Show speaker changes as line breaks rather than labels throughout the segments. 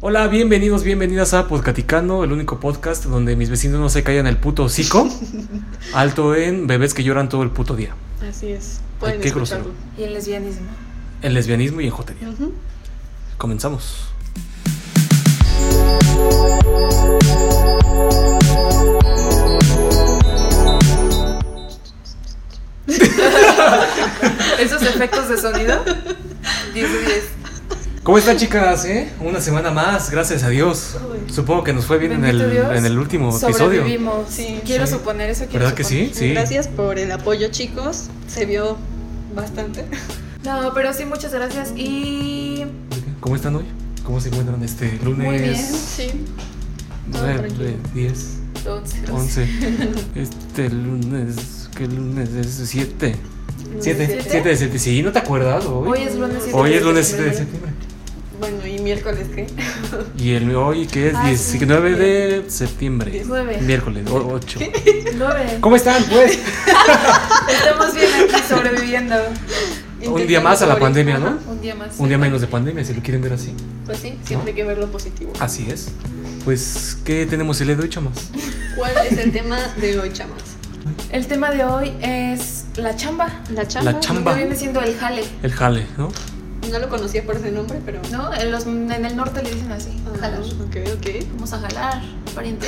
Hola, bienvenidos, bienvenidas a Podcaticano, el único podcast donde mis vecinos no se callan el puto hocico. Alto en bebés que lloran todo el puto día.
Así es.
Ay,
Pueden
qué
escucharlo.
Y el lesbianismo.
En lesbianismo y en jotería.
Ujú.
Comenzamos.
Esos efectos de sonido. 10 de 10.
¿Cómo están, chicas? eh? Una semana más, gracias a Dios.
Uy.
Supongo que nos fue bien en el,
Bendito Dios,
en el último episodio.
Sobrevivimos.
Sí.
quiero
Sí.
suponer eso. Quiero
¿Verdad que sí?
suponer.
Sí.
Gracias por el apoyo, chicos. Se vio bastante.
No, pero sí, muchas gracias. Y.
¿Cómo están hoy? ¿Cómo se encuentran este lunes?
Muy bien.
Sí. todo
nueve,
tranquilo.
10,
Entonces,
11. Este lunes, ¿qué lunes es? 7.
siete?
7, 7 de septiembre. Sí, ¿no te acuerdas? Hoy,
Hoy es lunes 7
Hoy
de
es lunes 7
septiembre.
de septiembre.
Bueno, y miércoles, ¿qué?
Y el hoy que es
Ah, sí.
19 de septiembre.
Nueve.
Miércoles, 8.
9.
¿Cómo están, pues?
Estamos bien aquí sobreviviendo.
Un día más a la pandemia, ¿no?
Un día más.
Un día menos de pandemia, si lo quieren ver así.
Pues sí, siempre hay que ver lo positivo.
Así es. Pues, ¿qué tenemos el día de hoy, chamas?
¿Cuál es el tema de hoy, chamas?
El tema de hoy es la chamba.
La chamba.
La chamba.
Lo que viene siendo el jale.
El jale, ¿no?
No lo conocía por ese nombre, pero.
¿No? En, los- en el norte le dicen así:
Ah,
jalar.
ok, ok.
Vamos a jalar, pariente.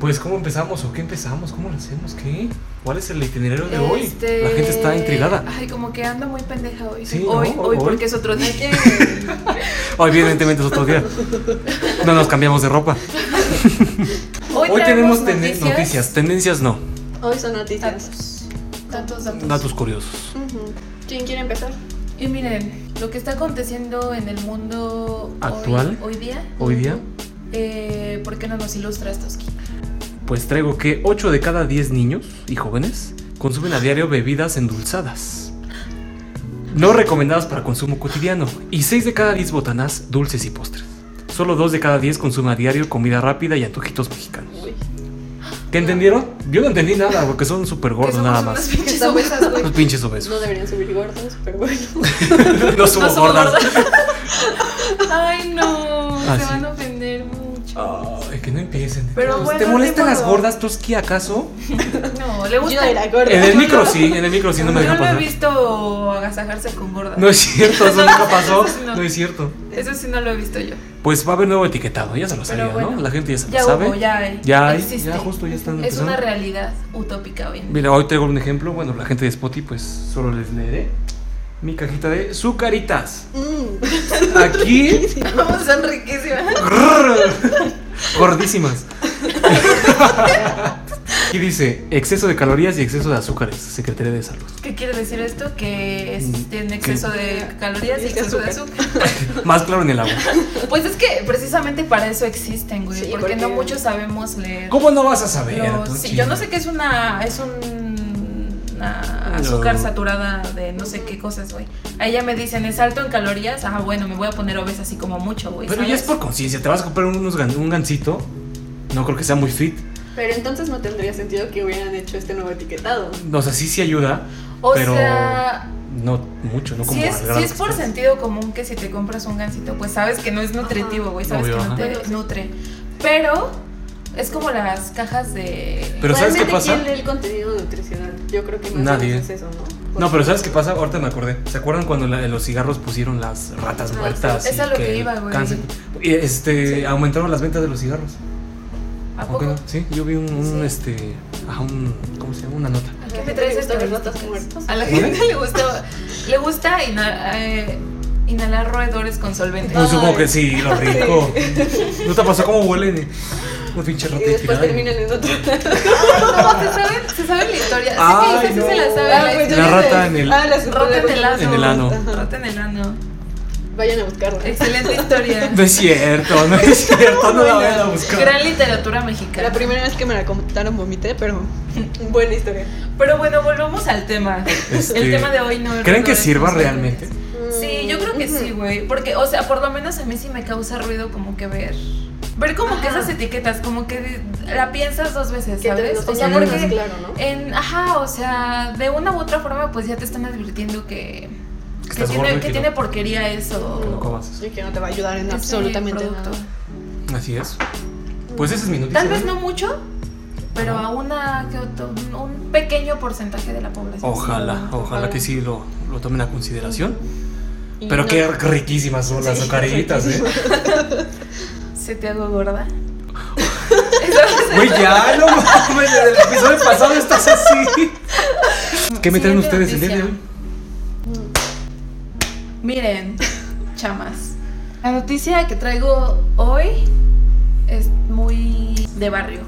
Pues, ¿cómo empezamos o qué empezamos? ¿Cómo lo hacemos? ¿Qué? ¿Cuál es el itinerario de hoy?
Este,
La gente está intrigada.
Ay, como que ando muy pendeja hoy.
Sí,
hoy,
¿no? Hoy.
hoy, porque es otro día.
Hoy, evidentemente, es otro día. No nos cambiamos de ropa. Hoy, tenemos tenen- noticias. tendencias no,
Hoy son noticias.
Datos. Datos, datos.
datos curiosos.
Ujú. ¿Quién quiere empezar?
Y miren, lo que está aconteciendo en el mundo hoy-
¿Actual?
Hoy, día.
Hoy día,
eh, ¿Por qué no nos ilustras, Toski?
pues traigo que 8 de cada 10 niños y jóvenes consumen a diario bebidas endulzadas. No recomendadas para consumo cotidiano. Y 6 de cada 10 botanas, dulces y postres. Solo 2 de cada 10 consumen a diario comida rápida y antojitos mexicanos.
Uy.
¿Qué entendieron? Yo no entendí nada porque son súper
Que
gordos
somos
nada
unas
más.
pinches
Estamos-
obesas, güey.
Los pinches
No
obesos.
deberían subir gordos, pero bueno.
No somos
somos
gordas.
Ay, no.
Ah,
se
sí.
van a ofender mucho.
Ay, que no empiecen.
Pero bueno,
¿Te molestan
ni
las
modo.
gordas, Toski, acaso?
No, le
Yo
gusta.
era gorda.
En el micro sí, en el micro Ah. sí, no me
Yo
dejan
lo he
pasar.
visto agasajarse con gordas.
No es cierto, eso
No,
nunca
eso
pasó.
sí no.
No es cierto.
Eso sí no lo he visto yo.
Pues va a haber nuevo etiquetado, ya se lo
Pero
sabía, ¿no?
bueno,
La gente ya se
Ya
lo sabe.
hubo, ya hay.
Ya hay,
Existe.
ya justo ya están
Es
empezando.
una realidad utópica hoy en día.
Mira, hoy traigo un ejemplo. Bueno, la gente de Spotify, pues solo les leeré mi cajita de sucaritas.
Mm.
Aquí,
Vamos, son riquísimas.
grrr, gordísimas. Aquí dice: exceso de calorías y exceso de azúcares, Secretaría de Salud.
¿Qué quiere decir esto? Que es,
Mm,
tiene
que-
exceso de calorías y
Es que
exceso de
azúcar.
azúcar.
Más claro en el agua.
Pues es que precisamente para eso existen, güey.
Sí,
porque, no
porque-
muchos sabemos leer.
¿Cómo no vas a saber? Pues
Los-
tú,
sí,
chinga?
yo no sé qué es una. Es un. una
No.
azúcar saturada de no sé qué cosas, güey. A ella me dicen, es alto en calorías. Ah, bueno, me voy a poner obesa así como mucho, güey.
Pero ya
¿sabes?
es por conciencia. Te vas a comprar unos gan- un gancito. No creo que sea muy fit.
Pero entonces no tendría sentido que hubieran hecho este nuevo etiquetado.
O sea, sí, sí ayuda.
O
pero
sea.
no mucho, no como
si es,
al
si
grado
es
que
por
esperas.
sentido común que si te compras un gansito, pues sabes que no es nutritivo, güey, sabes
Obvio,
que no
ajá.
te
Bueno, sí.
nutre. Pero es como las cajas de...
Pero ¿sabes qué
Realmente,
pasa?
¿Quién lee el contenido nutricional? Yo creo que más
Nadie.
o menos es eso, ¿no?
No, pero ¿sabes qué pasa? Ahorita me acordé. ¿Se acuerdan cuando la- los cigarros pusieron las ratas
Ah,
muertas?
sí. Es a lo que
el
iba, güey.
cáncer- y, Este, aumentaron las ventas de los cigarros.
¿A
¿O qué
poco?
no? Sí, yo vi un, un,
Sí.
este, ajá, un- ¿cómo se llama? Una nota.
¿A qué me traes
esto de
estadísticas?
ratas muertas?
A la
¿Vale?
gente le gusta, le gusta ina- eh, inhalar roedores con solvente.
Pues supongo
Ay.
que sí, lo rico. ¿No te pasó cómo huelen? eh? Una pinche
Y
ratita.
después terminan en otro.
No, se sabe, se sabe la historia.
Ay,
sí que dices,
no.
sí se la sabe.
Ah,
la
pues
historia.
La rata en el-
Ah, las-
Rota en el ano.
En el ano.
Rota en el ano.
Vayan a buscarlo.
Excelente historia.
No es cierto, no es cierto, no la voy a buscar.
Gran literatura mexicana.
La primera vez que me la contaron vomité, pero buena historia.
Pero bueno, volvamos al tema.
Este,
El tema de hoy no
¿Creen que
no es
sirva
justo.
realmente?
Sí, yo creo que sí, güey. Porque, o sea, por lo menos a mí sí me causa ruido como que ver. Ver como que
Ajá.
esas etiquetas, como que la piensas dos veces,
Que te
¿sabes?
lo
O sea,
tengan
tengas
más
porque
claro, ¿no?
en, ajá, o sea, de una u otra forma pues ya te están advirtiendo que
Que
Que
estás gordo
tiene,
y
que
que
tiene
no-
porquería eso.
que no comas.
Y que no te va a ayudar en
ese
absolutamente
producto.
nada.
Así es. Pues esa es mi noticia.
Tal vez
¿no?
no mucho, pero a una que otro- un- un pequeño porcentaje de la población.
Ojalá, ojalá
Ojalá.
que sí lo, lo tomen a consideración.
Y
Pero
no-
qué riquísimas son las
Sí,
azucaritas, ¿eh?
Se te hago gorda.
Güey, ya, no mames, desde el episodio pasado estás así. ¿Qué me traen
Siguiente
ustedes el día de
noticia.
hoy?
Miren, chamas. La noticia que traigo hoy es muy de barrio.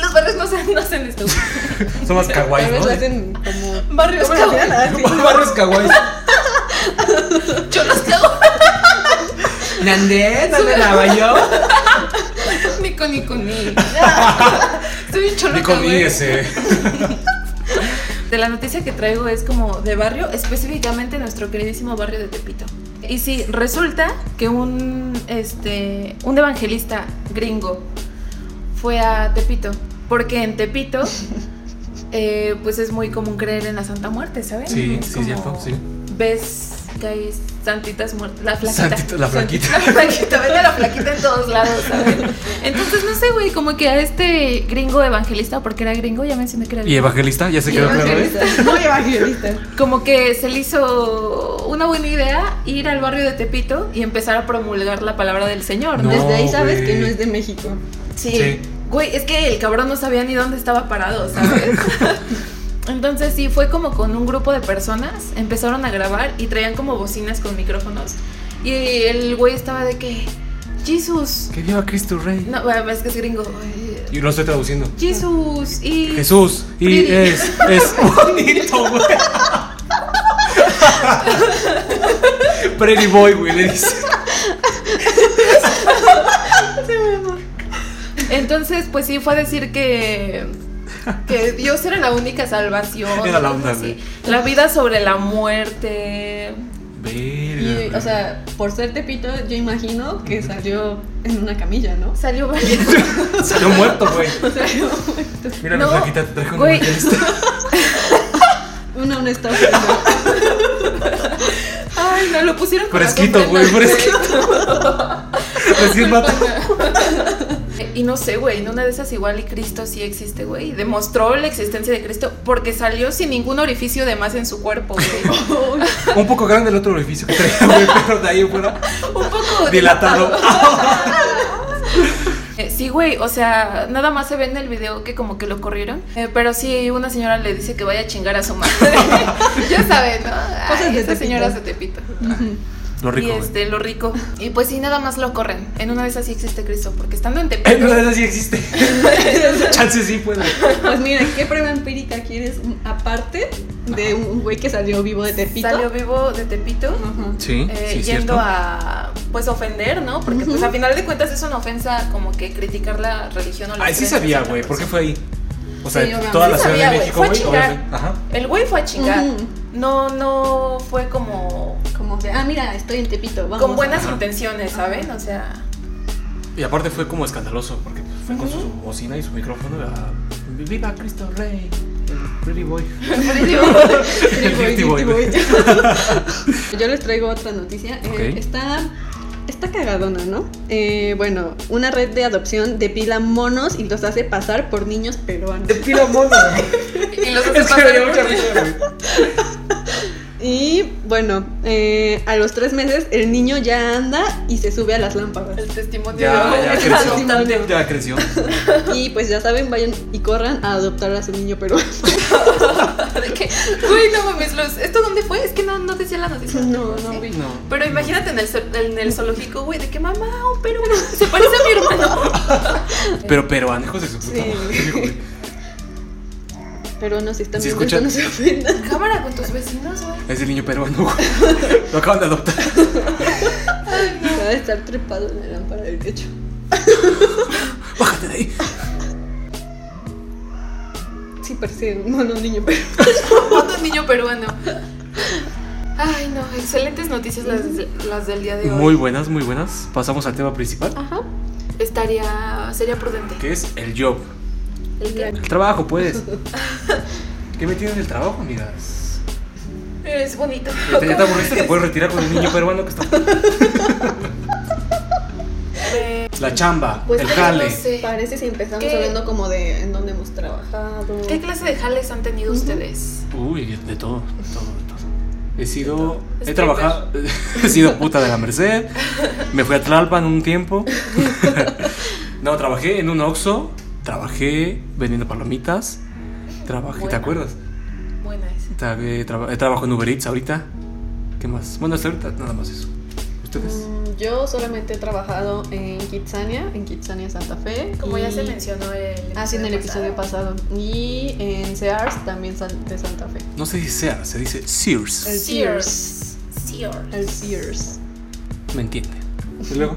Los barrios no se no hacen esto.
Son más
Tal
kawaii,
vez
¿no?
lo hacen como.
Barrios
Como la
kawaii.
Diana, así.
Barros kawaii.
Yo los cago.
Nandé, dale la bañó.
Nico, Nico, ni. Soy un cholo
Ni con
kawaii.
ese.
De la noticia que traigo es como de barrio, específicamente nuestro queridísimo barrio de Tepito. Y sí, resulta que un, este, un evangelista gringo fue a Tepito, porque en Tepito eh, pues es muy común creer en la Santa Muerte, ¿saben?
Sí,
Es
sí,
como
cierto, sí.
Ves que hay santitas muertas, la flaquita.
Santita- la flaquita.
La flaquita, ven a la flaquita en todos lados, ¿saben? Entonces, no sé, güey, como que a este gringo evangelista, porque era gringo, ya mencioné que era
¿Y evangelista? ¿Ya se
Y
quedó claro, eh?
evangelista.
Muy evangelista.
como que se le hizo una buena idea ir al barrio de Tepito y empezar a promulgar la palabra del Señor,
No,
¿no?
Desde ahí sabes
güey.
que no es de México.
Sí.
sí.
Güey, es que el cabrón no sabía ni dónde estaba parado, ¿sabes? Entonces sí, fue como con un grupo de personas, empezaron a grabar y traían como bocinas con micrófonos. Y el güey estaba de que, Jesús,
eh? Que viva Cristo Rey.
no, bueno, es que es gringo, güey.
Y lo estoy traduciendo.
Jesús y...
Jesús, y
Freddy.
es, es bonito, güey. Pretty boy, güey, le dice.
Entonces, pues sí, fue a decir que, que Dios era la única salvación.
Era la
cosas
onda,
así.
güey.
La vida sobre la muerte.
Verga,
Y,
güey.
o sea, por ser Tepito, yo imagino que salió en una camilla, ¿no?
Salió varias.
Salió muerto, güey.
Salió
Mira
No,
la flaquita, te trajo un
güey.
evangelista.
una honesta ofrenda.
Ay, no, lo pusieron con la
Fresquito, güey,
sombra,
fresquito. Recién mató.
Y no sé, güey, en una de esas igual y Cristo sí existe, güey. y Demostró la existencia de Cristo porque salió sin ningún orificio de más en su cuerpo, güey.
Un poco grande el otro orificio que traía, güey, pero de ahí fuera
Un poco
dilatado.
Eh, Sí, güey, o sea, nada más se ve en el video que como que lo corrieron. eh, pero sí, una señora le dice que vaya a chingar a su madre. ya saben, ¿no?
Cosas
Ay,
de
esa
Tepito.
señora es de Tepito.
Lo rico,
y
güey.
este, lo rico. Y pues sí, nada más lo corren. En una de esas sí existe Cristo, porque estando en
Eh, no,
Tepito.
esa sí existe. Chance sí puede.
eh,
Pues mira, ¿qué prueba empírica quieres aparte de un güey que salió vivo de Tepito?
Salió vivo de Tepito.
Ajá.
Sí,
eh,
sí,
yendo
cierto.
a pues ofender, ¿no? Porque pues
Ujú.
a final de cuentas es una ofensa como que criticar la religión o la
Ay, Ah, sí
creencia de
sabía,
otra
güey. ¿Por qué
persona.
fue ahí? O sea,
Sí, obviamente.
toda la
Sí
Ciudad
sabía,
de
güey.
México,
Fue a
güey.
chingar.
obviamente. Ajá.
El güey fue a chingar.
Ujú.
No, no fue como
Como que, ah, mira, estoy en Tepito. Vamos
con buenas
Ajá.
intenciones, ¿saben? O sea,
Y aparte fue como escandaloso, porque pues, fue con su bocina y su micrófono. la- ¡Viva Cristo Rey! El Pretty Boy. El Dirty Boy. güey.
Yo les traigo otra noticia. Eh,
Ok.
está, está cagadona, ¿no? Eh, bueno, una red de adopción depila monos y los hace pasar por niños peruanos.
El pila mono.
y los
Es que
hace
me
pasar
dio
por-
mucha risa, güey.
Y bueno, eh, a los tres meses el niño ya anda y se sube a las lámparas.
el testimonio de-
Ya, ya
del adoptante.
creció. Ya creció.
Y pues ya saben, vayan y corran a adoptar a su niño peruano.
De que, Güey, no mames, los- ¿esto dónde fue? Es que no, no decía la noticia.
No, no,
Sí.
güey.
No.
Pero imagínate en el, zo- en el zoológico, güey, de que mamá, un peruano se parece a mi hermano.
Pero peruano, hijos de su puta
Sí.
madre, güey.
Pero no, si están
Si
viendo esto,
escuchan-
no se ofendan.
Cámara con tus vecinos, güey.
Es el niño peruano, güey. Lo acaban de adoptar.
Va a estar trepado en la lámpara del techo.
Bájate de ahí.
Sí, parece un mono niño peruano.
Otro niño peruano. Ay, no, excelentes noticias las, las del día de hoy.
Muy buenas, muy buenas. Pasamos al tema principal,
Ajá.
Estaría, sería prudente.
que es el job.
El que-
El trabajo, pues. ¿Qué me tienen del trabajo, amigas?
Es bonito.
Ya te, ya te aburriste, te puedes retirar con el niño peruano que está.
Eh,
La chamba,
Pues,
el
ay,
jale.
no sé.
Parece si empezamos
¿Qué?
hablando como de en dónde hemos trabajado.
¿Qué clase de jales han tenido
Ujú.
ustedes?
Uy, de todo, de todo, de todo. He sido. He
Stripper.
trabajado. He sido puta de la Merced. Me fui a Tlalpan un tiempo. No, trabajé en un Oxxo. Trabajé vendiendo palomitas. Trabajé, ¿te
Buena.
acuerdas?
Buena esa.
Tra- eh, traba- eh, trabajo en Uber Eats ahorita. ¿Qué más? Bueno, hasta ahorita nada más eso. ¿Ustedes?
Mm, Yo solamente he trabajado en Kitsania, en Kitsania Santa Fe.
Como ya se
y-
mencionó el
Ah, sí, en el episodio pasado. Y en Sears también san- de Santa Fe.
No se dice Sears, se dice Sears.
El Sears.
Sears.
El
Sears.
Sears. ¿Pues
¿Me entiende? Y luego.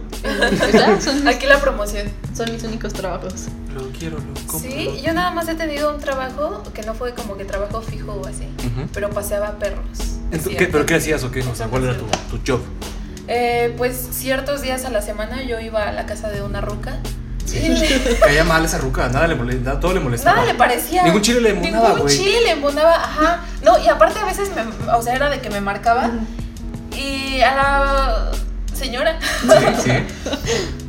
Ya, son,
Aquí la promoción.
son mis únicos trabajos.
Lo quiero, lo compro.
Sí, yo nada más he tenido un trabajo que no fue como que trabajo fijo o así,
Ujú.
pero paseaba perros.
Entonces, ¿qué-
Cierto.
¿Pero qué hacías o qué? O sea, ¿cuál era tu, tu job?
Eh, pues ciertos días a la semana yo iba a la casa de una ruca y le-
Caía mal esa ruca, nada le molestaba, todo le molestaba.
nada le parecía.
Ningún chile le monaba,
Ningún
güey.
chile le embonaba, ajá. No, y aparte a veces, me- o sea, era de que me marcaba y a la señora,
Sí,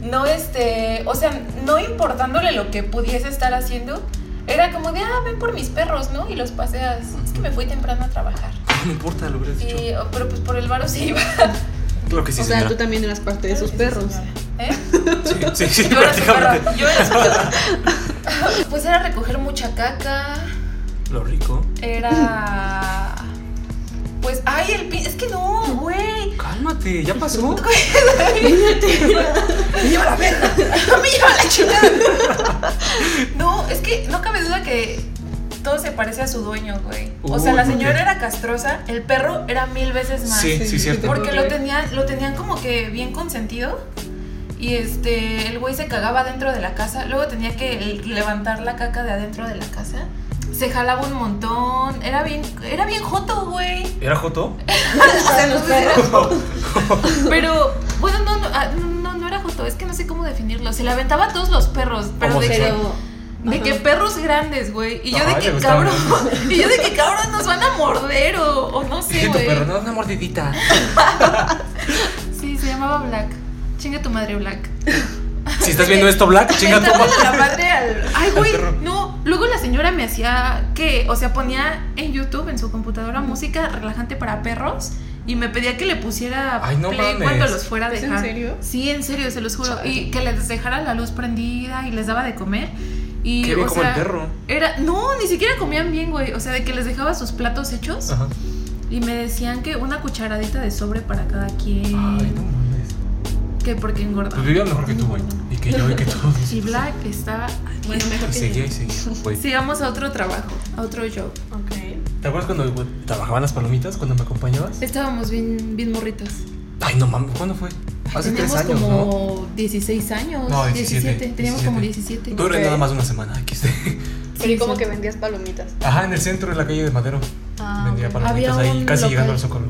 no este, o sea, no importándole lo que pudiese estar haciendo, era como de, ah, ven por mis perros, ¿no? Y los paseas. Es que me fui temprano a trabajar.
Ah, No importa, lo hubieras dicho.
Y, oh, pero pues por el varo sí iba.
Claro que sí,
o sea,
señora.
tú también eras parte de sus
Sí,
perros.
señora. ¿Eh?
Sí, sí, sí,
Yo era su perra,
prácticamente.
yo era su perra. Pues era recoger mucha caca,
Lo rico.
era... Pues, ay, el pi... Es que no, güey.
Cálmate, ¿ya pasó?
Me lleva la verga. Me lleva la chingada. No, es que no cabe duda que todo se parece a su dueño, güey. O sea,
Uy,
la
¿por qué?
señora era castrosa, el perro era mil veces más.
Sí, sí, cierto.
Porque lo
Ok.
tenían, lo tenían como que bien consentido. Y este, el güey se cagaba dentro de la casa. Luego tenía que l- levantar la caca de adentro de la casa. Se jalaba un montón. Era bien, era bien joto, güey.
¿Era Joto?
O sea, no sé, era-
No,
pero, bueno, no, no, ah, no, no era joto. Es que no sé cómo definirlo. Se le aventaba a todos los perros. Pero de que,
Homosexual.
Pero.
de que
Ajá.
perros grandes, güey. Y yo
Ay,
de
le
que
gustaba.
cabrón. Y yo de que cabrón nos van a morder o, o no sé,
tu
güey.
perro, no, una mordidita.
Sí, se llamaba Black. Chinga tu madre, Black.
Si estás viendo esto, Black, chinga tu
Mentándole
madre.
la madre al. Ay, güey.
perro.
No. Luego la señora me hacía que, o sea, ponía en YouTube, en su computadora, música relajante para perros. Y me pedía que le pusiera
Ay, no
play
mames.
cuando los fuera a
¿Es en
dejar.
serio?
Sí, en serio, se los juro.
Chale.
Y que les dejara la luz prendida y les daba de comer. Y,
Qué bien
o
como
sea,
el perro.
Era, no, ni siquiera comían bien, güey. O sea, de que les dejaba sus platos hechos
Ajá.
y me decían que una cucharadita de sobre para cada quien.
Ay, no mames.
Que porque engorda.
Pues vivía mejor que tú, güey. Y que yo y que todos.
Y Black está aquí.
Bueno, mejor
Y
que
seguía y seguía, güey.
Sigamos a otro trabajo, a otro job.
Ok.
¿Te acuerdas cuando güey, trabajaban las palomitas, cuando me acompañabas?
Estábamos bien, bien morritos.
Ay, no mames, ¿cuándo fue? Hace tres
Teníamos
años, ¿no?
como 16 años,
No, 17,
17, Teníamos como
17.
17.
Tú eres
Ok.
nada más una semana, aquí
Pero ¿y
Sí,
cómo
sí.
que vendías palomitas?
Ajá, en el centro de la calle de Madero.
Ah,
Vendía palomitas
Había
ahí,
un
casi
local.
llegando al Zócalo.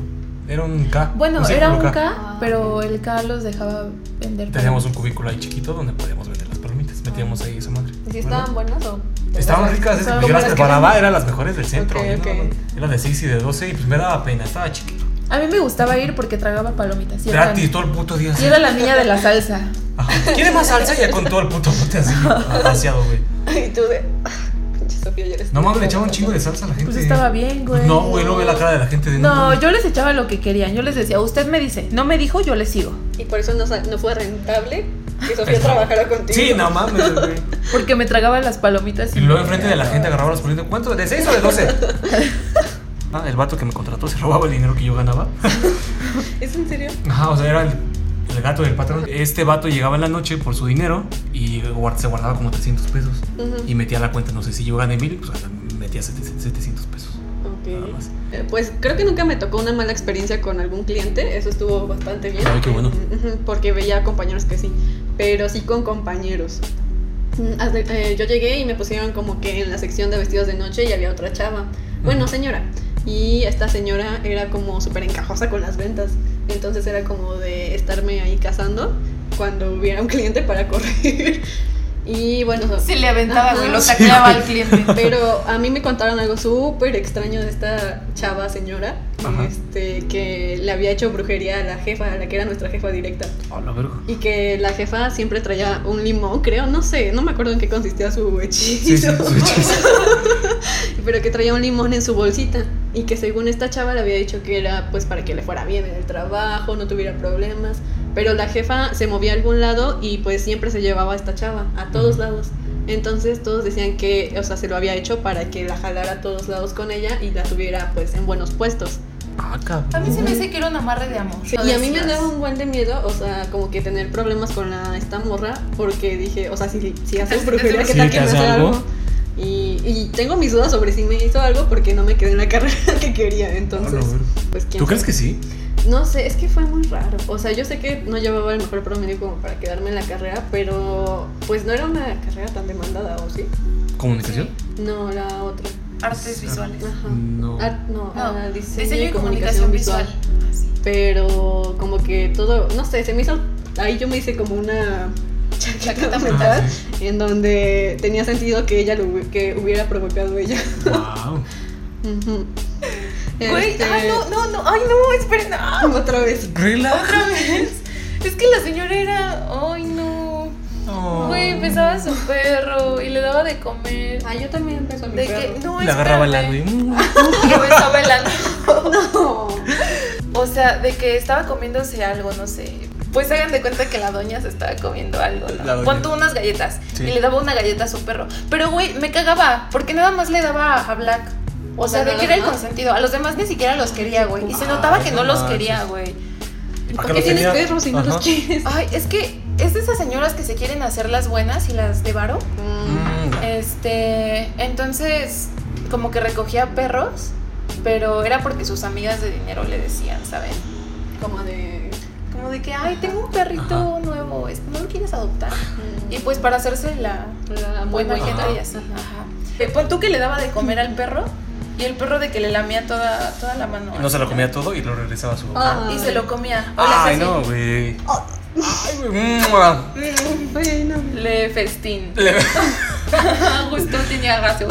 Era un K.
Bueno,
círculo
era un K,
Ah.
pero el K los dejaba vender.
Teníamos un cubículo ahí chiquito donde podíamos vender las palomitas. Metíamos ahí esa madre.
¿Y si estaban buenas o.?
Estaban ricas, es que
Estaban
yo las
buenas.
preparaba, eran las mejores del centro.
Ok,
yo nada
ok.
más. Era de 6 y de 12 y pues me daba pena, estaba chiquito.
A mí me gustaba ir porque tragaba palomitas. Y era,
Gratis, todo el puto día
y
así.
era la niña de la salsa.
Ajá. ¿Quiere más salsa? Ya con todo el puto bote así, vaciado, güey.
Y tú de. "Ah, Pinche Sofía, ya eres.
No mames, le echaba un chingo de salsa a la gente.
Pues estaba bien, güey.
No, güey, no ve la cara de la gente de
No,
mames.
yo les echaba lo que querían. Yo les decía, usted me dice, no me dijo, yo le sigo.
Y por eso no, sa- no fue rentable que Sofía trabajara contigo.
Sí, no mames, güey.
Porque me tragaba las palomitas.
Y luego enfrente de la gente agarraba los poniendo. ¿Cuánto? ¿De 6 o de 12? Ah, el vato que me contrató se robaba el dinero que yo ganaba.
¿Es en serio?
Ajá, o sea, era el, el gato del patrón. Este vato llegaba en la noche por su dinero y guard- se guardaba como 300 pesos.
Ujú.
Y metía la cuenta, no sé si yo gané mil, pues metía 700 700 pesos. Nada
Ok.
más.
Eh, Pues creo que nunca me tocó una mala experiencia con algún cliente, eso estuvo bastante bien.
Ay, qué bueno.
Ujú, Porque veía compañeros que sí, pero sí con compañeros. Mm, haz de- eh, Yo llegué y me pusieron como que en la sección de vestidos de noche y había otra chava. Bueno,
Ujú.
señora. Y esta señora era como súper encajosa con las ventas. Entonces era como de estarme ahí cazando cuando hubiera un cliente para correr. Y bueno, o sea,
Se le aventaba,
Ajá.
güey, lo
Sí,
tacleaba al cliente.
pero a mí me contaron algo súper extraño de esta chava señora,
Ajá.
este, que le había hecho brujería a la jefa, a la que era nuestra jefa directa.
A la verga.
Y que la jefa siempre traía un limón, creo, no sé, no me acuerdo en qué consistía su hechizo.
Sí, sí, su hechizo.
pero que traía un limón en su bolsita y que según esta chava le había dicho que era pues para que le fuera bien en el trabajo, no tuviera problemas, pero la jefa se movía a algún lado y pues siempre se llevaba a esta chava a todos lados. Entonces todos decían que, o sea, se lo había hecho para que la jalara a todos lados con ella y la tuviera pues en buenos puestos.
Ah,
A mí se me
cabrón.
hace que era un amarre de amor.
y a mí me daba un buen de miedo, o sea, como que tener problemas con la, esta morra, porque dije, o sea, si, si haces brujería, ¿qué
Sí,
tal
¿te
que me
hace
hace
algo?
algo? Y, y tengo mis dudas sobre si me hizo algo porque no me quedé en la carrera que quería,
A la
entonces,
verga.
pues quién
Ah, ¿Tú crees
sabe?
que sí?
No sé, es que fue muy raro. O sea, yo sé que no llevaba el mejor promedio como para quedarme en la carrera, pero pues no era una carrera tan demandada, ¿o sí?
¿Comunicación?
No, la otra.
Artes visuales.
Ajá.
Mm, No.
Ah, no,
No,
ah, diseño,
diseño y comunicación visual. Sí.
pero como que todo, no sé, se me hizo, ahí yo me hice como una chaqueta
Chaqueta
mental
Ah,
en donde tenía sentido que ella lo hu- que hubiera provocado ella.
Wow.
Ujú.
Güey,
Este,
ay, no, no, no, ay, no, esperen, no.
otra vez.
Relaja.
Otra vez. Es que la señora era, ay, no.
Oh.
Güey, besaba a su perro y le daba de comer.
Ah, yo también empezó a mi
De
perro.
que, no,
Le agarraba el ¿eh? lado
espérame.
y.
Lo besaba el ano.
No.
O sea, de que estaba comiéndose algo, no sé. Pues hagan de cuenta que la doña se estaba comiendo algo,
La doña.
¿no? Pon tú unas galletas.
Sí.
Y le daba una galleta a su perro. Pero, güey, me cagaba, porque nada más le daba a Black. O sea,
Pero
de
a los
que era el
demás.
consentido. A los demás ni siquiera los quería, güey. Y se notaba
Ay,
que
no
no los
manches.
quería, güey.
¿Por qué tienes perros si no los quieres?
Ay, es que es de esas señoras que se quieren hacer las buenas y las de varo.
Mm,
Este, entonces, como que recogía perros, pero era porque sus amigas de dinero le decían, ¿saben?
Como de.
Como de que, ay, tengo un perrito nuevo, este, ¿no lo quieres adoptar? Y pues para hacerse la
mm, La
buena
mujer
gente y así. Ajá. Eh, Pon tú que le daba de comer al perro y el perro de que le lamía toda, toda la mano.
Mm. No se lo comía todo y lo regresaba a su boca.
Y se lo comía. O le hacía
Ay,
así,
no, güey.
Ah.
Ay, güey. Mua.
Bueno.
Le festín.
Le-
Justo tenía gracia.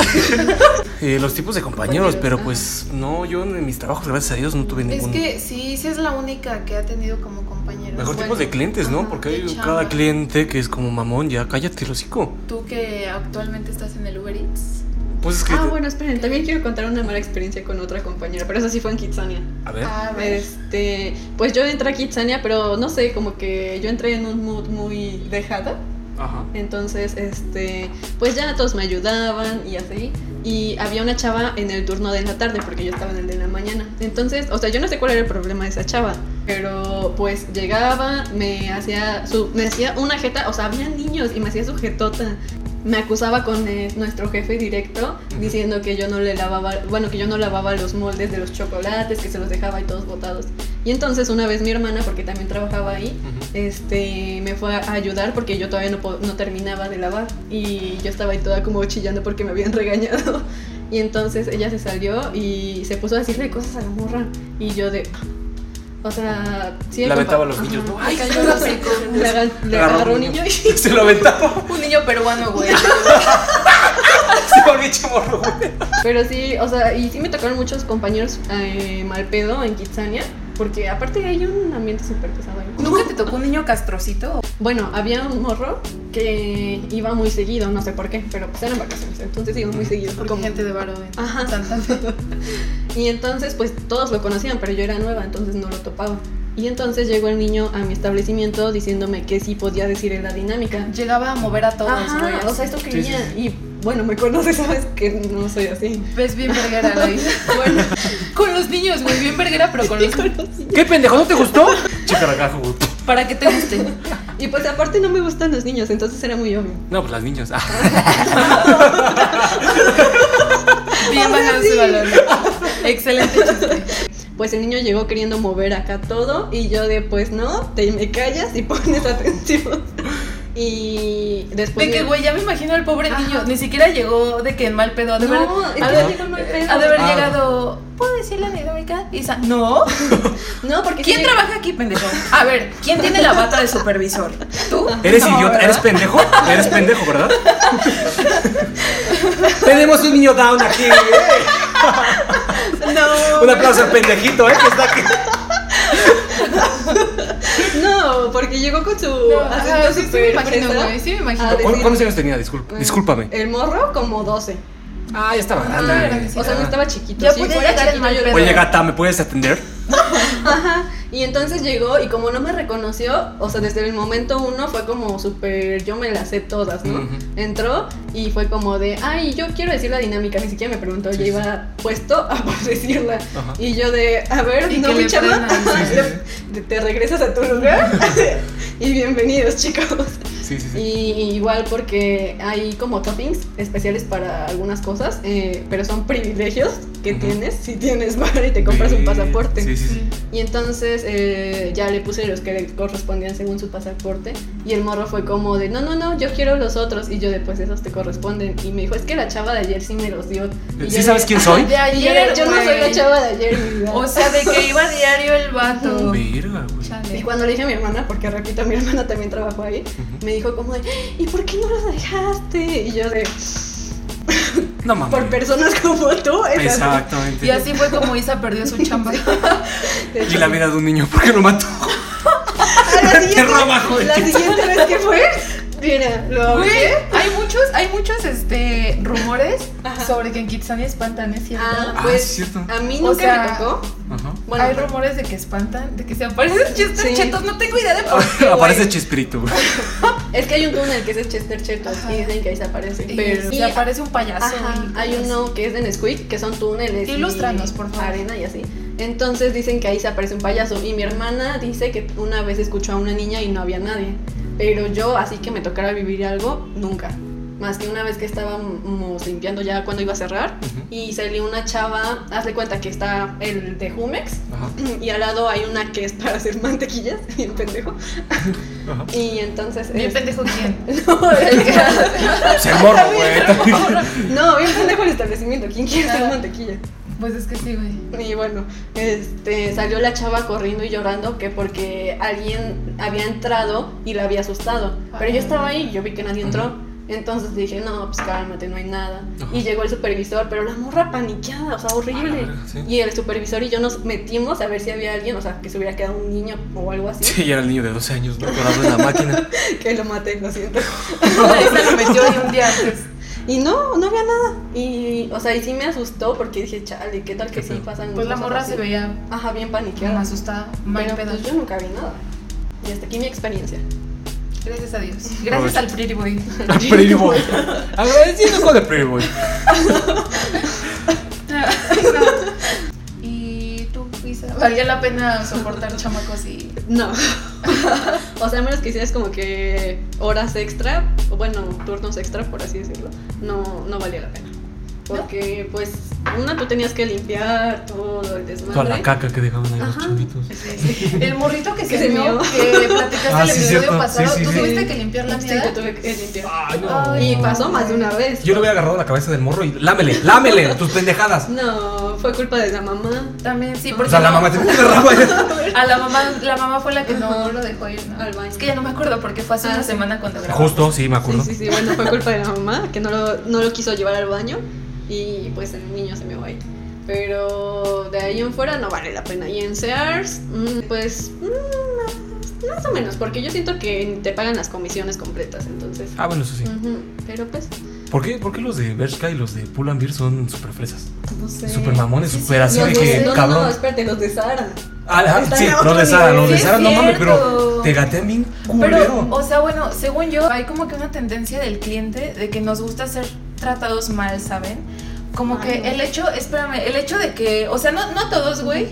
Eh, los tipos de compañeros,
Compañeros,
pero
ajá.
pues no, yo en mis trabajos, gracias a Dios, no tuve
Es
ningún.
que sí, sí es la única que ha tenido como compañero.
Mejor
Bueno,
tipos de clientes, ¿no?
ajá,
Porque
de
hay
chamba.
cada cliente que es como mamón, ya cállate, el hocico.
Tú que actualmente estás en el Uber Eats.
Pues es que.
Ah, bueno, esperen, también quiero contar una mala experiencia con otra compañera, pero esa sí fue en Kitsania.
A ver.
A ver.
Este, pues yo entré a Kitsania, pero no sé, como que yo entré en un mood muy dejada.
Ajá.
Entonces, este, pues ya todos me ayudaban y así. Y había una chava en el turno de la tarde, porque yo estaba en el de la mañana. Entonces, o sea, yo no sé cuál era el problema de esa chava, pero pues llegaba, me hacía, su, me hacía una jeta, o sea, había niños y me hacía su jetota. Me acusaba con eh, nuestro jefe directo diciendo que yo no le lavaba, bueno, que yo no lavaba los moldes de los chocolates, que se los dejaba y todos botados. Y entonces una vez mi hermana, porque también trabajaba ahí, este, me fue a ayudar porque yo todavía no, po- no terminaba de lavar y yo estaba ahí toda como chillando porque me habían regañado. Y entonces ella se salió y se puso a decirle cosas a la morra y yo de... O sea, sí,
Le
compa-
aventaba los niños,
Ajá.
¿no?
Le
Ay,
cayó el hocico. Le aga- le
Agarró
agarró
un
un
niño.
niño y
Se lo aventaba.
Un niño peruano, güey.
Se volvió chamorro, güey.
Pero sí, o sea, y sí me tocaron muchos compañeros eh, mal pedo en Kitsania, porque aparte hay un ambiente súper pesado ahí.
¿Nunca te tocó un niño castrocito?
Bueno, había un morro que iba muy seguido, no sé por qué, pero pues eran vacaciones, entonces iba muy seguido.
Porque
como-
gente de varo. en
Ajá.
Santa Fe.
Y entonces pues todos lo conocían, pero yo era nueva, entonces no lo topaba. Y entonces llegó el niño a mi establecimiento diciéndome que sí podía decir en la dinámica.
Llegaba a mover a todos,
Ajá,
güey.
o sea, esto
sí,
creía. Y bueno, me conoces, sabes que no soy así.
Ves bien verguera la vida. Bueno, con los niños, güey. Bien verguera, pero con los
¿Qué pendejo? ¿No te gustó? Chicaragajo, güey.
Para que te guste.
Y pues aparte no me gustan los niños, entonces era muy obvio.
No, pues las niñas. Ah.
Bien bajado su valor. Excelente chiste.
Pues el niño llegó queriendo mover acá todo y yo de pues no, te me callas y pones atención. Y después.
De que,
me-
güey, ya me imagino al pobre
Ajá.
niño. Ni siquiera llegó de que en mal pedo. Ha de
No,
haber-
es que
ha
no
de haber-
llegó en mal
eh,
pedo.
Ha de haber
Ah.
llegado. ¿Puedo decir la dinámica? Isa. No.
No, porque.
¿Quién
sí-
trabaja aquí, pendejo? A ver, ¿quién tiene la bata de supervisor? ¿Tú?
Eres
No,
idiota,
¿verdad?
eres pendejo, eres pendejo, ¿verdad? Tenemos un niño down aquí. ¡eh!
No.
Un aplauso al pendejito, ¿eh? Que está aquí.
No, porque llegó con su
No,
acento
ajá, sí, sí me
súper
imagino,
fresa.
güey, sí me imagino.
a decir-
¿Cu- ¿Cuántos años tenía? Disculpa, discúlpame.
El morro, como 12.
Ah, ya estaba grande.
Ah, era que sí.
O sea, no estaba chiquito.
Ya
si
podía
fuera
llegar en
chiquito,
mal
yo-
pedo.
Oye, gata, ¿me puedes atender?
Ajá. Y entonces llegó y como no me reconoció, o sea, desde el momento uno fue como súper, yo me las sé todas, ¿no?
Ujú.
Entró y fue como de, ay, yo quiero decir la dinámica, ni siquiera me preguntó,
Sí,
yo
sí.
iba puesto a decirla.
Ajá.
Y yo de, a ver,
Y
no
que
mi
le
chava,
aprendan, sí,
te- te regresas a tu lugar y bienvenidos chicos.
Sí, sí, sí.
Y, y igual porque hay como toppings especiales para algunas cosas, eh, pero son privilegios que
Ujú.
tienes si tienes bar y te compras un pasaporte.
Sí, sí, sí.
Y entonces eh, ya le puse los que le correspondían según su pasaporte. Y el morro fue como de, no, no, no, yo quiero los otros. Y yo después esos te corresponden. Y me dijo, es que la chava de ayer sí me los dio. Y yo
¿Sí
de-
sabes quién soy?
De
Y yo, de,
ayer,
yo no soy la
güey.
chava de ayer. mi vida".
O sea, de que iba diario el vato.
Verga, güey.
Y
Chale.
cuando le dije a mi hermana, porque repito, mi hermana también trabajó ahí,
Ujú.
me dijo como de, ¿y por qué no los dejaste? Y yo de,
No mames.
por personas como tú, es así.
Exactamente.
Y así fue como Isa perdió su chamba.
Y
De hecho,
la vida de un niño, ¿por qué lo mató?
a la
Qué
siguiente,
rama, güey.
la siguiente vez que fue, mira, lo
Güey, hay muchos, hay muchos este, rumores
Ajá.
sobre que en Kitsania espantan, ¿es cierto?
Ah,
Ah, es
pues
cierto.
a mí
O
nunca
sea,
me tocó.
Ajá.
Bueno,
hay
pero-
rumores de que espantan, de que se aparecen chistes
Sí.
chetos, no tengo idea de por qué. güey.
Aparece Chespirito, güey.
Es que hay un túnel que es el Chester Chetos
Ajá.
y dicen que ahí se aparece.
Y
Pero
se aparece un payaso.
Ajá,
y-
hay uno que es de Nesquik, que son túneles. y
Ilústranos, por favor.
Arena y así. Entonces dicen que ahí se aparece un payaso. Y mi hermana dice que una vez escuchó a una niña y no había nadie. Pero yo, así que me tocara vivir algo, nunca. Más que una vez que estábamos limpiando ya cuando iba a cerrar.
Ujú.
Y salió una chava, hazle cuenta que está el de Jumex.
Ajá.
Y al lado hay una que es para hacer mantequillas, bien pendejo.
Ajá.
Y entonces.
Bien
es-
pendejo quién.
No, el que-
Pues el morro, güey. también.
No, bien pendejo el establecimiento. ¿Quién quiere hacer
Claro.
mantequilla?
Pues es que sí, güey.
Y bueno, este, salió la chava corriendo y llorando que porque alguien había entrado y la había asustado. Pero
Ah.
yo estaba ahí y yo vi que nadie entró. Entonces dije, no, pues cálmate, no hay nada.
Ajá.
Y llegó el supervisor, pero la morra paniqueada, o sea,
A
horrible.
la verga, Ah, sí.
Y el supervisor y yo nos metimos a ver si había alguien, o sea, que se hubiera quedado un niño o algo así.
Sí, ya era el niño de 12 años, ¿no? Atorado en la máquina.
Que lo maté, lo siento.
Isa lo metió ahí un día antes.
Y no, no había nada. Y, o sea, y sí me asustó porque dije, chale, ¿qué tal que sí pasan
Pues la
cosas
morra
así?
se veía
Ajá, bien
como
paniqueada.
asustada, mal
Pero
pedo.
pues yo nunca vi nada. Y hasta aquí mi experiencia.
Gracias a
Pues,
Dios.
Robert.
Gracias al Pretty Boy.
Pretty Boy. Agradecido con el Pretty Boy.
y tú, Isa, valía la pena soportar chamacos y.
No. o sea, a menos que hicieras como que horas extra, o bueno, turnos extra, por así decirlo, no, no valía la pena. Porque, pues, una, tú tenías que limpiar todo el desmadre.
Toda la caca que dejaban ahí los
Ajá.
chavitos.
El morrito que
Que
se
se
vio
meó.
que platicaste
Ah,
en el
sí,
video
cierto.
pasado,
Sí, sí,
tú
sí.
tuviste que limpiar la
Sí, Este, yo
mierda.
tuve que limpiar.
Ay,
Ay,
Y
no.
pasó más de una vez.
Yo le hubiera agarrado la cabeza del morro y lámele, lámele tus pendejadas.
No, fue culpa de la mamá.
También sí,
O
porque
sea, la
no-
mamá te derrama.
a la mamá, la mamá fue la que no
Ajá.
lo dejó ir, ¿no?
Al baño.
Es que ya no me acuerdo porque fue hace
Ah,
una
sí.
semana cuando grabamos.
Justo, sí, me acuerdo.
Sí, sí, sí, bueno, fue culpa de la mamá, que no lo, no lo quiso llevar al baño y pues el niño se me va ahí. Pero de ahí en fuera no vale la pena. Y en Sears, mm, pues mm, más o menos, porque yo siento que te pagan las comisiones completas, entonces.
Ah, bueno, eso sí.
Ujú, Pero pues,
¿Por qué, por qué los de Bershka y los de Pull and Beer son súper fresas?
no sé.
Súper mamones,
Sí, sí,
súper así
Los
de
de-
que,
no, no, no,
cabrón.
espérate, los de Sara.
Ah, ah,
están
sí,
a otro
los de Sara,
nivel.
los de
Sí,
Sara,
es
no mames, pero
cierto.
te gatean bien
Pero,
culero.
o sea, bueno, según yo, hay como que una tendencia del cliente de que nos gusta ser tratados mal, ¿saben? Como
Ay,
que
no.
el hecho, espérame, el hecho de que, o sea, no, no todos, güey,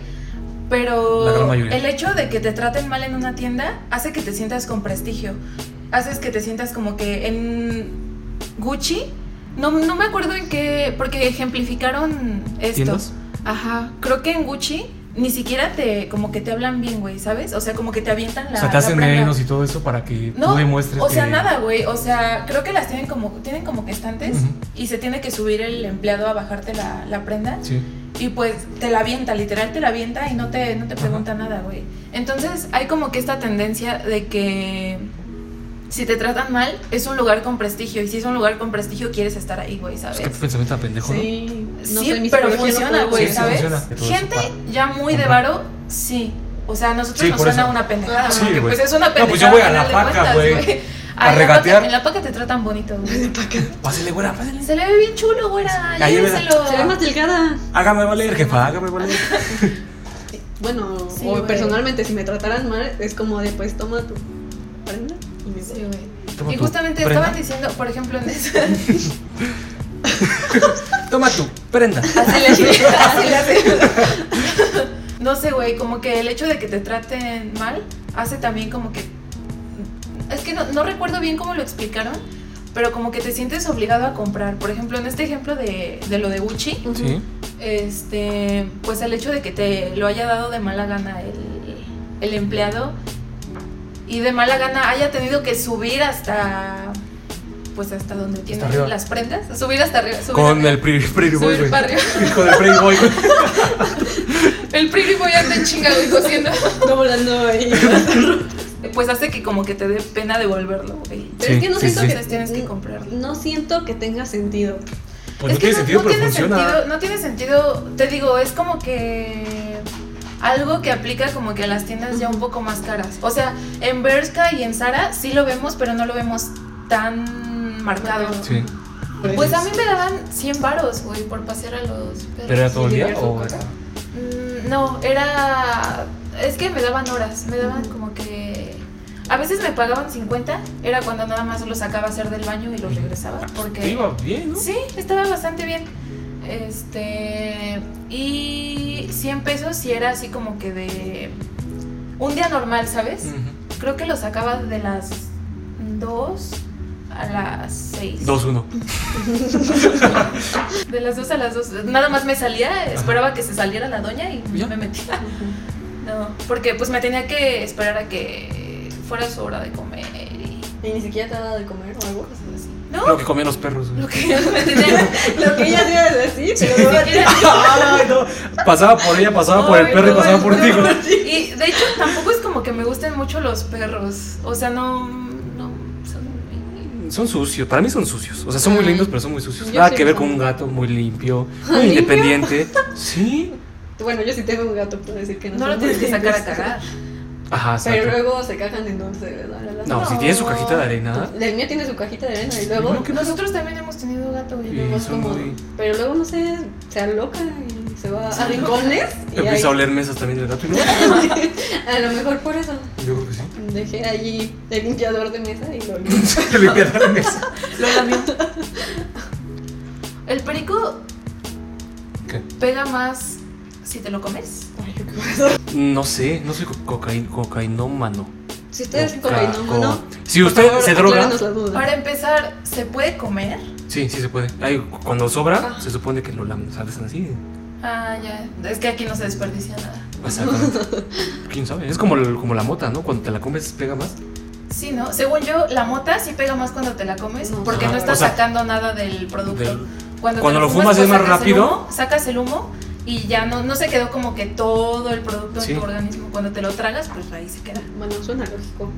La gran
pero
mayoría.
el hecho de que te traten mal en una tienda hace que te sientas con prestigio. Haces que te sientas como que en Gucci. No, no me acuerdo en qué, porque ejemplificaron esto.
¿Tiendas?
Ajá, creo que en Gucci ni siquiera te, como que te hablan bien, güey, ¿sabes? O sea, como que te avientan la.
o sea, te
la
hacen
prenda.
menos y todo eso para que
No,
no demuestres
o sea,
que-
nada, güey. O sea, creo que las tienen como, tienen como que estantes
Ujú.
y se tiene que subir el empleado a bajarte la, la prenda.
Sí.
Y pues te la avienta, literal te la avienta y no te, no te
Ajá.
pregunta nada, güey. Entonces hay como que esta tendencia de que si te tratan mal, es un lugar con prestigio. Y si es un lugar con prestigio, quieres estar ahí, güey, ¿sabes?
Es que pensamiento tan pendejo, ¿no?
Sí, no
sí,
sé, mi psicología
pero
no puede
funciona, güey,
Sí, sí
con
¿sabes?
eso.
funciona, de todo eso,
Gente
para-
ya muy de
comprar.
varo, sí. O sea, a nosotros
Sí,
nos
por
suena
eso.
una pendejada,
Sí,
porque
güey.
pues es una
No,
pendejada.
pues yo voy a
al
la
final de
paca,
cuentas,
güey, a
Ay, la paca-
regatear.
En la paca te tratan bonito, güey.
Pásale, güera, pásale.
Se le ve bien chulo, güera.
Ahí, güera.
llévenselo.
Se ve más delgada.
Hágame valer, jefa, hágame valer.
Bueno,
Sí,
o
güey.
personalmente, si me trataran mal, es como de pues toma tu prenda y me voy.
Sí, güey.
Toma
Y
tu
justamente
prenda.
estaban diciendo, por ejemplo, en eso.
Toma tú, prenda.
Así le hace, así le hace. No sé, güey, como que el hecho de que te traten mal hace también como que. Es que no, no recuerdo bien cómo lo explicaron, pero como que te sientes obligado a comprar. Por ejemplo, en este ejemplo de, de lo de Gucci,
Ujú.
Sí.
este, pues el hecho de que te lo haya dado de mala gana el, el empleado y de mala gana haya tenido que subir hasta. Pues hasta donde tienen
arriba.
las prendas. Subir hasta arriba. subir
Con
arriba.
el Pretty Pretty Boy,
Subir
güey.
para arriba.
Con el Pretty Boy, güey. Pues
El Pretty Boy anda en chinga, güey, cosiendo.
No volando ahí.
Pues hace que como que te dé pena devolverlo, güey.
Pero es que no
Sí,
siento
sí,
que
Entonces tienes que comprarlo.
No siento que tenga sentido.
Pues no
Es que
tiene sentido, pero
tiene
funciona.
sentido- no tiene sentido, te digo, es como que algo que aplica como que a las tiendas ya un poco más caras. O sea, en Bershka y en Zara sí lo vemos, pero no lo vemos tan marcado.
Sí.
Pues a mí me daban 100 varos, güey, por pasear a los perros.
¿Pero era todo el
Sí,
día
era
o
su
era-
cosa.
Mm, No, era. Es que me daban horas, me daban como que. A veces me pagaban 50, era cuando nada más lo sacaba a hacer del baño y lo regresaba.
Te
Porque.
iba bien, ¿no?
Sí, estaba bastante bien. Este. Y 100 pesos si era así como que de. Un día normal, ¿sabes?
Ujú.
Creo que lo sacaba de las 2 a las 6.
Dos, uno.
De las 2 a las 2. Nada más me salía, esperaba que se saliera la doña y
Ya.
me metía. No, porque pues me tenía que esperar a que fuera su hora de comer y
Y ni siquiera te ha dado de comer o algo.
cosas así. No,
Lo que comían los perros, güey.
lo que me tenía.
Lo que ella te iba a decir, pero no a ti.
Ay, no. Pasaba por ella, pasaba por el perro y
Ay, no,
pasaba por ti,
no,
güey.
Y de hecho tampoco es como que me gusten mucho los perros. O sea, no. no son muy-
Son sucios, para mí son sucios. O sea, son muy
Ay.
lindos, pero son muy sucios.
Yo
Nada
sí
que ver
los
con
amo.
un gato muy limpio, muy independiente. Sí.
Bueno, yo sí tengo un gato, puedo decir que no.
No lo
son
tienes que
muy
sacar a
lindos.
cagar.
Ajá,
Pero
exacto.
luego se cajan en dulce, ¿verdad?
No,
No.
si tiene su cajita de arena.
El mío tiene su cajita de arena y luego.
No, ¿qué pasa?
Nosotros también hemos tenido gato, güey.
Sí.
luego es
son
como-
muy-
Pero luego no sé, se aloca y se va a rincones. y ahí-
Empieza a oler mesas también del gato. ¿no?
A lo mejor por eso.
Yo creo que sí.
Dejé allí el limpiador de mesa y lo olí.
Que limpiar la mesa.
Lo lamió. El perico
¿Qué?
pega más si te lo comes.
Ay, yo qué pasó.
No sé, no soy co- cocaín- cocainómano.
Si ustedes
Coca-
cocainómano,
co- Si usted
por favor,
se droga.
aclárenos la duda.
Para empezar, ¿se puede comer?
Sí, sí se puede. Ahí, cuando sobra,
Ah.
se supone que lo lamen. Sales así.
Ah, ya. Es que aquí no se desperdicia nada.
Exactamente. ¿Quién sabe? Es como, el- como la mota, ¿no? Cuando te la comes, pega más.
Sí, ¿no? Según yo, la mota sí pega más cuando te la comes
No.
porque no
Ajá.
estás
O sea,
sacando nada del producto.
del-
Cuando, te
cuando lo fumas es
pues,
más
sacas el
rápido.
humo, sacas el humo y ya no, no se quedó como que todo el producto
Sí.
en tu organismo. Cuando te lo tragas, pues ahí se queda.
Bueno, suena lógico.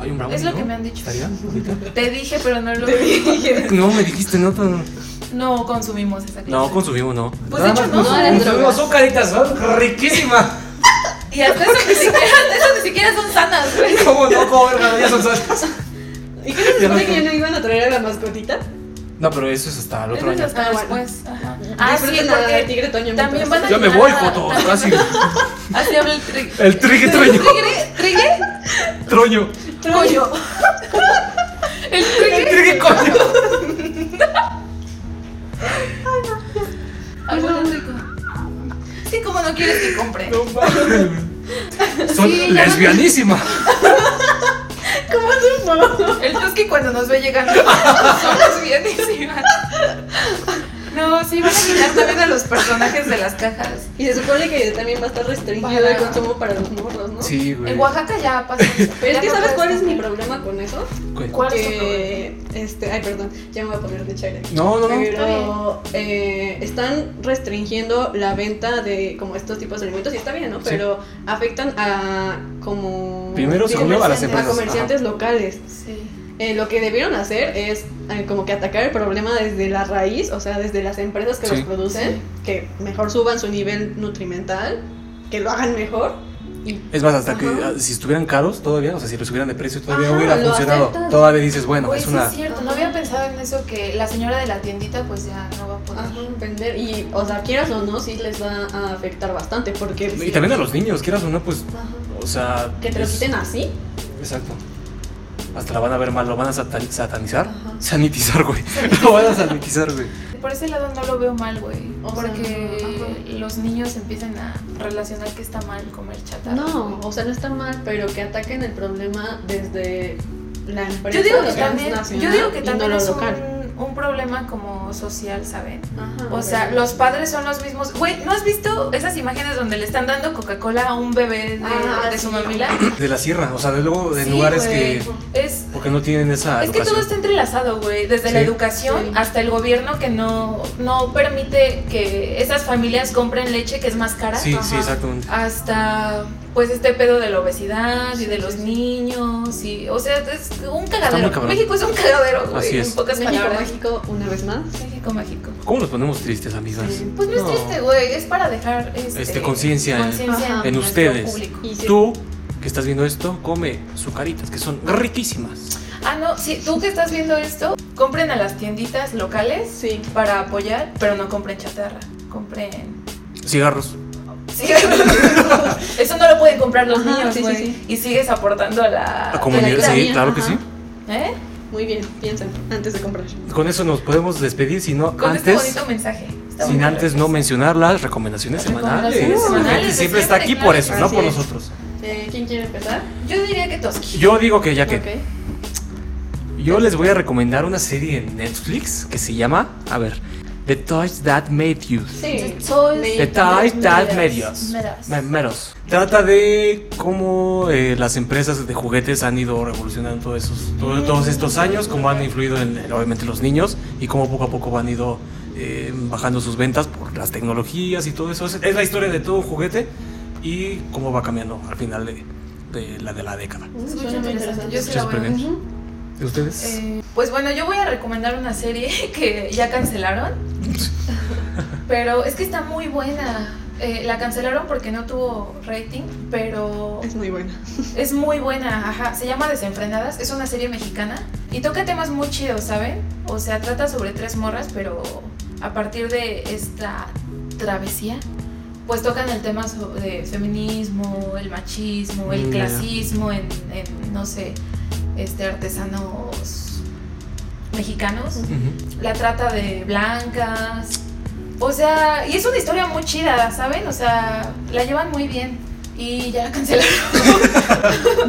Hay un bravo.
Es lo
¿no?
que me han dicho.
¿Estaría ahorita?
Te dije, pero no lo
No, me dijiste, no. tan-
No consumimos esa clase.
No, consumimos, no.
Pues, de hecho, no,
no eran drogas.
son caritas, son riquísimas.
Y hasta eso ni siquiera, hasta eso ni siquiera son sanas, güey.
¿Cómo no? ¿Cómo verga? Ya son salsas.
¿Y qué se
Ya no
supone que
sé.
ya no iban a traer a la mascotita?
No, pero eso es hasta el otro
Eso es
año.
hasta
Ah, bueno.
después. Ajá. Ah, sí,
Disfruten a
porque
Tigre Toño mientras-
también van a-
Ya me voy, Joto. Casi.
Así habla el trigo.
El trigue troño.
¿Trigue? ¿Trigue?
Troño.
Coño.
El
El trigue.
trigue coño.
Algo muy rico. Es que como no quieres que compre.
No mames. Son
Sí, ya no-
lesbianísimas.
El es que cuando nos ve llegando somos bienísimas. No, sí, van a quitar también a los personajes de las cajas.
Y se supone que también va a estar restringido
Para-
el consumo para los morros, ¿no?
Sí, güey.
En Oaxaca ya pasó. eso.
Pero es
Ya
que
no
¿sabes
puedes
cuál es mi
comprar.
problema con eso?
¿Cuál?
¿Cuál es tu
que, este, ay, perdón, ya me voy a poner de chaira aquí.
No, no, no.
Pero eh, están restringiendo la venta de como estos tipos de alimentos y está bien, ¿no?
Sí.
Pero afectan a como
Primero,
Sí,
segundo, a las
comerciantes-
empresas,
comerciantes locales.
Sí.
Eh, lo que debieron hacer es eh, como que atacar el problema desde la raíz, o sea, desde las empresas que
Sí.
los producen, que mejor suban su nivel nutrimental, que lo hagan mejor. Y
Es más, hasta
Ajá.
que ah, si estuvieran caros todavía, o sea, si los subieran de precio todavía
Ajá,
hubiera
lo
funcionado.
aceptas.
Todavía dices, bueno,
Güey,
es
sí
una...
Pues es cierto, no había pensado en eso que la señora de la tiendita pues ya no va a poder.
Ajá, vender. Y, o sea, quieras o no, sí les va a afectar bastante. Porque.
Y también a los niños, quieras o no, pues,
Ajá.
o sea...
Que te lo
es-
quiten así.
Exacto. Hasta la van a ver mal, lo van a satan- satanizar.
Ajá.
Sanitizar, güey. Lo van a sanitizar, güey.
Por ese lado no lo veo mal, güey.
O sea,
Porque los niños empiezan a relacionar que está mal comer chatarra.
No,
güey.
o sea, no está mal, pero que ataquen el problema desde la empresa.
Yo digo que también,
transnacional
yo digo que
y
también
no lo
es
local.
un, un problema como social, ¿saben?
Ajá,
O sea,
pero-
los padres son los mismos. Güey, ¿no has visto esas imágenes donde le están dando Coca-Cola a un bebé de,
Ah,
de su
sí.
mamila?
De la sierra, o sea, de luego de
Sí,
lugares
güey.
que...
Es,
Porque no tienen esa
es que todo
educación.
está entrelazado, güey. Desde la
Sí.
educación
Sí.
hasta el gobierno que no, no permite que esas familias compren leche que es más cara.
Sí, sí,
Ajá.
exactamente.
hasta pues este pedo de la obesidad y
Sí,
de los
sí, sí.
niños y o sea es un
muy
cagadero
cabrón.
México es un cagadero güey,
Así es.
en pocas
México
palabras
México, una vez más.
México mágico
¿Cómo nos ponemos tristes, amigas?
Sí.
pues no,
No.
es triste güey es para dejar este,
Este, conciencia en-
conciencia
Ajá.
en
nuestro
ustedes.
público.
Y sí-
Tú, que estás viendo esto, come sucaritas, que son riquísimas.
ah no si tú que estás viendo esto compren a las tienditas locales
Sí.
para apoyar pero no compren chatarra compren
Cigarros.
Sí, eso no lo pueden comprar los
Ajá,
niños
sí, sí,
güey
sí.
y sigues aportando a la,
La comunidad,
a la-
sí,
vida,
claro que
ajá.
sí.
¿Eh?
Muy bien, piensen antes de comprar.
Con eso nos podemos despedir, si no
con este
antes,
bonito mensaje Está
sin
bonito.
antes no mencionar las recomendaciones semanales.
Recomendaciones
La
semanales,
gente
de
siempre está aquí
siempre, claro,
por eso, no
así
por
es.
nosotros.
Eh, ¿Quién quiere empezar?
Yo diría que Toski.
Yo digo que ya que
Ok.
yo les voy a recomendar una serie en Netflix que se llama, a ver, The Toys That Made You.
Sí.
The Toys That Made Us. Me- Meros. Trata de cómo eh, las empresas de juguetes han ido revolucionando todos, esos, todo- todos estos años, cómo han influido en, en, obviamente los niños y cómo poco a poco han ido eh, bajando sus ventas por las tecnologías y todo eso. Es, es la historia de todo juguete y cómo va cambiando al final de, de la de la década.
Suena
Suena
muy
interesante. Yo sí
Muchas
la voy a ver.
premios. ¿Y ustedes?
Eh, pues bueno, yo voy a recomendar una serie que ya cancelaron. pero es que está muy buena. Eh, la cancelaron porque no tuvo rating, pero
Es muy buena.
es muy buena. Ajá. Se llama Desenfrenadas. Es una serie mexicana y toca temas muy chidos, ¿saben? O sea, trata sobre tres morras, pero a partir de esta travesía, pues tocan el tema so- de feminismo, el machismo, el
Mm, ya.
clasismo en, en, no sé, este artesanos mexicanos,
Ujú.
la trata de blancas. O sea, y es una historia muy chida, ¿saben? O sea, la llevan muy bien y ya la cancelaron.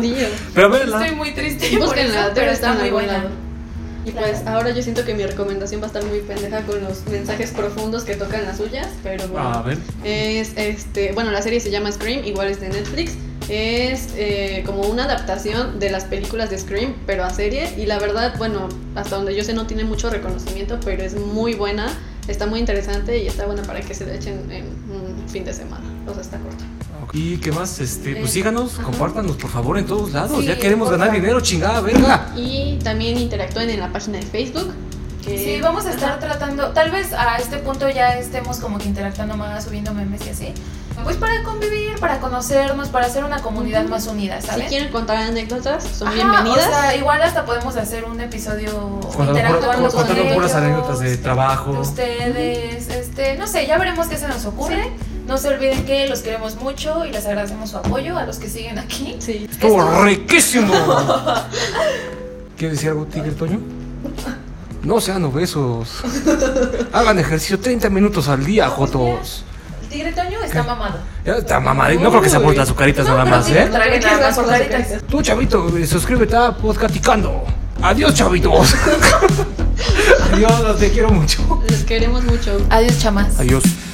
Dios.
Pero a verla.
Estoy muy triste por
Búsquenla,
eso, pero está
en
muy
algún
buena.
lado. Y
Claro.
pues ahora yo siento que mi recomendación va a estar muy pendeja con los mensajes profundos que tocan las suyas, pero bueno.
A ver.
Es este, bueno, la serie se llama Scream, igual es de Netflix. Es eh, como una adaptación de las películas de Scream, pero a serie. Y la verdad, bueno, hasta donde yo sé no tiene mucho reconocimiento, pero es muy buena, está muy interesante y está buena para que se la echen en un fin de semana. O sea, está corta.
¿Y qué más? Este, pues
Eh,
síganos,
ajá.
compártanos por favor en todos lados.
Sí,
ya queremos
porfa.
ganar dinero, chingada, verga.
Y también interactúen en la página de Facebook. que-
Sí, vamos a estar
Ajá.
tratando, tal vez a este punto ya estemos como que interactuando más, subiendo memes y así. Pues para convivir, para conocernos, para hacer una comunidad
Ujú.
más unida,
Si
¿sabes?
quieren contar anécdotas, son
Ajá,
bienvenidas.
O sea, igual hasta podemos hacer un episodio interactuando
Contando,
con
contando
ellos,
puras anécdotas de trabajo.
de ustedes, este, no sé, ya veremos qué se nos ocurre. No se olviden que los queremos mucho y les agradecemos su apoyo a los que siguen aquí.
Sí.
¡Estuvo riquísimo! ¿Quieres decir algo, Tigre Toño? No sean obesos. Hagan ejercicio 30 minutos al día, Jotos.
El tigre Toño está
¿Qué?
mamado.
Ya está, mamadí- No creo que sea por las azucaritas
No,
nada
pero
más,
tiene
¿eh?
otra vez nada más por caritas.
Tú, chavito, eh, suscríbete a Podcasticando. Adiós, chavitos.
Adiós, los te quiero mucho.
Les queremos mucho.
Adiós, chamas.
Adiós.